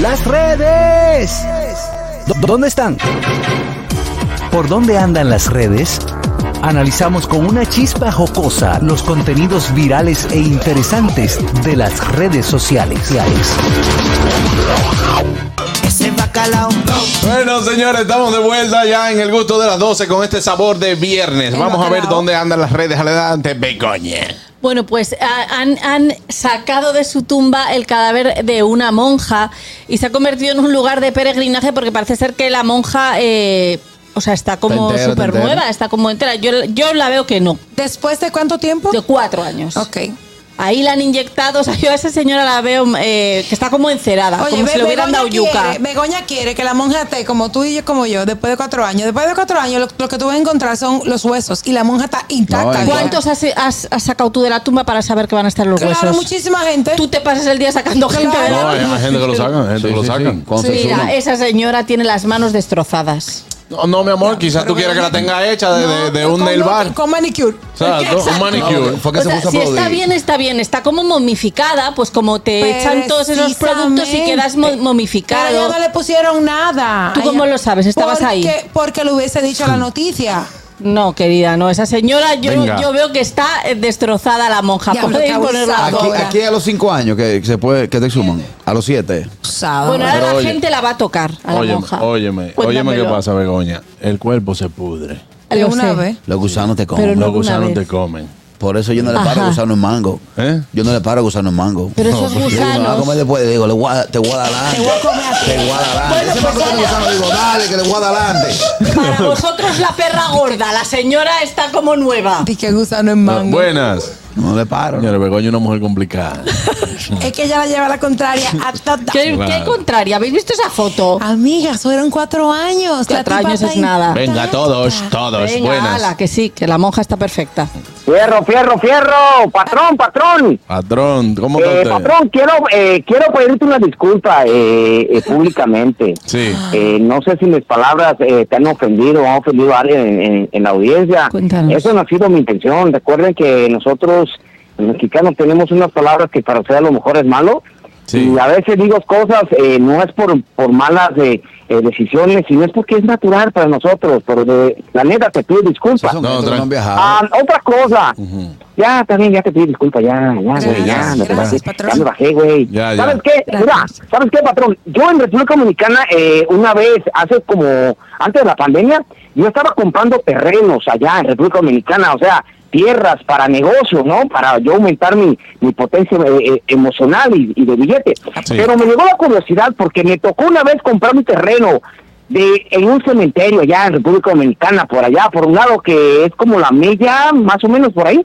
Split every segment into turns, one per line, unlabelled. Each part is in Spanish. Las redes. ¿Dó- ¿Dónde están? ¿Por dónde andan las redes? Analizamos con una chispa jocosa los contenidos virales e interesantes de las redes sociales.
Bueno, señores, estamos de vuelta ya en el gusto de las 12 con este sabor de viernes.
El
Vamos a ver
bacalao.
dónde andan las redes aledantes, Begoña.
Bueno, pues a- han, han sacado de su tumba el cadáver de una monja y se ha convertido en un lugar de peregrinaje porque parece ser que la monja, eh, o sea, está como
Está entera, está
súper nueva,
entera.
está como entera. Yo, yo la veo que no,
¿Después de cuánto tiempo?
de cuatro años.
Ok.
Ahí la han inyectado, o sea, yo a esa señora la veo eh, que está como encerada, como
Be-
si le hubieran
Begoña
dado yuca.
quiere- Begoña quiere que la monja esté como tú y yo, como yo, después de cuatro años. Después de cuatro años, lo, lo que tú vas a encontrar son los huesos y la monja está intacta.
No,
¿Cuántos has, has- has sacado tú de la tumba para saber que van a estar los
Claro,
huesos?
muchísima gente.
Tú te pasas el día sacando gente de la
No, hay,
tumba.
hay gente que lo sacan, hay gente que lo sacan.
Cuando se suben.
Mira, esa señora tiene las manos destrozadas.
No, no, mi amor, quizás tú quieras que la tenga hecha de, de- de un
con-
nail bar.
Con manicure.
O sea, do- un manicure.
Fue que
O
se
sea,
puso a
si está
aplaudir.
bien, está bien. Está como momificada, pues como te echan todos esos productos y quedas mo-
Precisamente. Pero a
momificado.
ella no le pusieron nada.
¿Tú
A ella-
cómo lo sabes? ¿Estabas
Porque-
ahí?
Porque lo hubiese dicho la noticia.
No, querida, no. Esa señora, yo,
Venga.
yo veo que está eh, destrozada la monja.
Diablo,
Podéis
qué
ponerla
abusado.
Aquí,
ahora.
aquí a los cinco años que, que se puede, que te suman. A los siete.
Bueno,
Pero
ahora la
oye.
gente la va a tocar a la
Óyeme,
monja.
óyeme, óyeme
Cuéntamelo.
qué pasa, Begoña. El cuerpo se pudre.
De
Lo
una
sé.
vez.
Los gusanos te
Pero
comen.
no
Los
de una
gusanos
vez.
te comen.
Por eso yo no le paro
Ajá.
gusano en mango.
¿Eh?
Yo no le paro gusano en mango.
Pero esos
Yo digo, me va a comer
gusanos.
después. Digo, le voy a- te voy a dar adelante.
Te voy a comer a ti.
Te voy a dar adelante.
Bueno,
Ese
pues
me come
dale.
gusano, digo, dale, que le voy a dar adelante.
Para vosotros la perra gorda, la señora está como nueva.
Di que gusano en
No,
mango.
Ah, buenas.
No le paro.
Señores, Begoña es una mujer complicada.
Es que ella la lleva a la contraria a toda.
¿Qué,
Claro.
qué contraria? ¿Habéis visto esa foto?
Ah, Amigas, fueron cuatro años. La
Cuatro
tipa
años
está
es nada.
intacta.
Venga, todos, todos,
Venga, ala,
buenas.
que sí, que la monja está perfecta.
Fierro, fierro, fierro, patrón, patrón.
Patrón, ¿cómo está
Eh,
usted?
patrón, quiero, eh, quiero pedirte una disculpa eh, eh, públicamente.
Sí.
Eh, no sé si mis palabras eh, te han ofendido o han ofendido a alguien en, en- en la audiencia.
Cuéntanos.
Eso no ha sido mi intención. Recuerden que nosotros, los mexicanos, tenemos unas palabras que para usted a lo mejor es malo.
Sí.
Y a veces digo cosas, eh, no es por, por malas eh, eh, decisiones, sino es porque es natural para nosotros. Pero de, la neta, te pido
Esos
disculpas.
son
No,
gente que
tran-
no han viajado.
Ah, otra cosa. Ya, también, ya te pido disculpa, ya, ya, güey, ya,
Gracias,
me bajé,
gracias, patrón.
ya me bajé, güey.
Ya, ya.
¿Sabes qué? Mira,
Gracias.
¿sabes qué, patrón? Yo en República Dominicana, eh, una vez, hace como, antes de la pandemia, yo estaba comprando terrenos allá en República Dominicana, o sea, tierras para negocio, ¿no? Para yo aumentar mi, mi potencia eh, eh, emocional y, y de billete.
Sí.
Pero me llegó la curiosidad porque me tocó una vez comprar un terreno de en un cementerio allá en República Dominicana, por allá, por un lado que es como la milla, más o menos por ahí,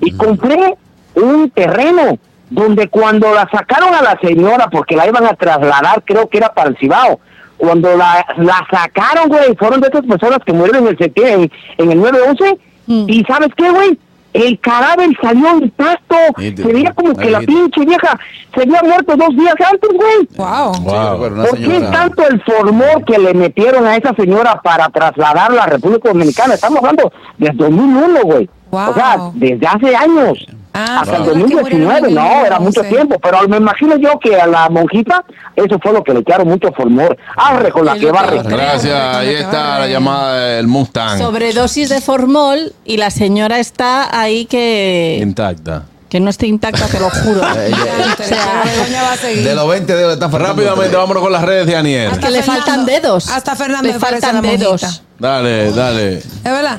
y compré un terreno donde cuando la sacaron a la señora, porque la iban a trasladar, creo que era para el Cibao, cuando la, la sacaron, güey, fueron de estas personas que murieron en el, septi- en, en el 9-11, y ¿sabes qué, güey? El cadáver salió intacto,
Y te-
se veía como que la
ahí-
pinche vieja se había muerto dos días antes, güey.
Wow.
Sí, yo
Wow.
recuerdo una
¿Por qué
señora-
tanto el formor que le metieron a esa señora para trasladarla a República Dominicana? Estamos hablando desde 2001, güey.
Wow.
O sea, desde hace años.
Ah,
hasta el
wow.
2019, no, era
2011.
mucho tiempo. Pero me imagino yo que a la monjita eso fue lo que le echaron mucho formor. Arre con la
Es
que
lo que
barre.
yo creo.
Gracias, ahí está la llamada del Mustang.
Sobredosis de formol y la señora está ahí
Eh.
que,
Intacta.
que no está intacta, te lo juro.
Eh, eh,
O sea,
Begoña va a seguir.
De los 20 dedos le están faltando
Rápidamente
tres.
vámonos con las redes de Aniel.
que le faltan
Fernando-
dedos.
hasta Fernando
le
le parece
faltan
a la monjita.
dedos.
Dale, dale.
Es verdad.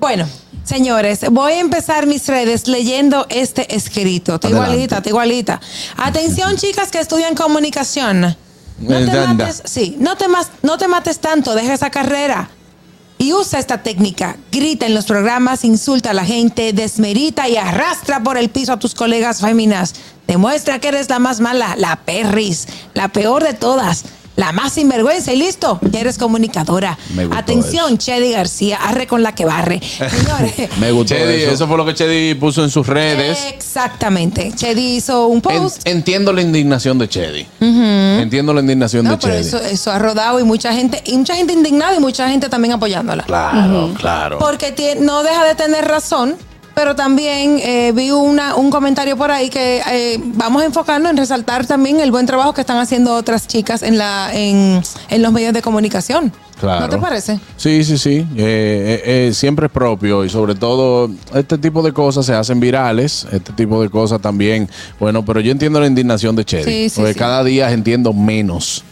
Bueno, señores, voy a empezar mis redes leyendo este escrito. Está
Adelante.
igualita, está igualita. Atención, chicas que estudian comunicación. No te
Anda.
mates, sí, no te, mas- no te mates tanto, deja esa carrera. Y usa esta técnica. Grita en los programas, insulta a la gente, desmerita y arrastra por el piso a tus colegas féminas. Demuestra que eres la más mala, la perris, la peor de todas, la más sinvergüenza y listo, ya eres comunicadora.
Me gustó
Atención, Chedi García, arre con la que barre. Señores,
Me gustó
Chedi,
eso.
eso. fue lo que Chedi puso en sus redes.
exactamente. Chedi hizo un
En-
Eh, post.
entiendo la indignación de Chedi. Entiendo la indignación de
No, pero
Chedi.
eso, eso ha rodado y mucha gente, y mucha gente indignada y mucha gente también apoyándola.
Claro, claro.
Porque tie- no deja de tener razón, Pero también eh, vi una, un comentario por ahí que eh, vamos a enfocarnos en resaltar también el buen trabajo que están haciendo otras chicas en, la, en, en los medios de comunicación. ¿No te parece?
Sí, sí, sí. Eh, eh, eh, siempre es propio y sobre todo este tipo de cosas se hacen virales, este tipo de cosas también. Bueno, pero yo entiendo la indignación de Chedi.
Sí, sí,
porque
sí.
cada día entiendo menos.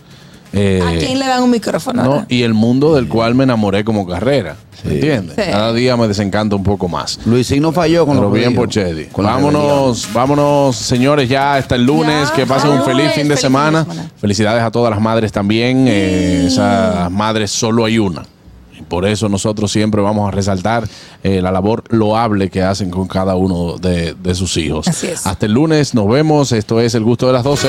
Eh,
¿A quién le dan un micrófono?
no,
ahora?
y el mundo del cual me enamoré como carrera. ¿Entiendes?
Sí.
Cada día me desencanta un poco más.
Luisín no falló con
Pero
lo que
bien
dijo.
por Chedi.
Con la rebelión.
Vámonos, vámonos, señores, ya hasta el lunes.
Ya,
que pasen
hasta
un
el
feliz
lunes,
fin de
feliz
semana.
fin de semana.
Felicidades a todas las madres también. eh, esas madres solo hay una. Y por eso nosotros siempre vamos a resaltar eh, la labor loable que hacen con cada uno de, de sus hijos.
Así es.
Hasta el lunes, nos vemos. Esto es El Gusto de las 12.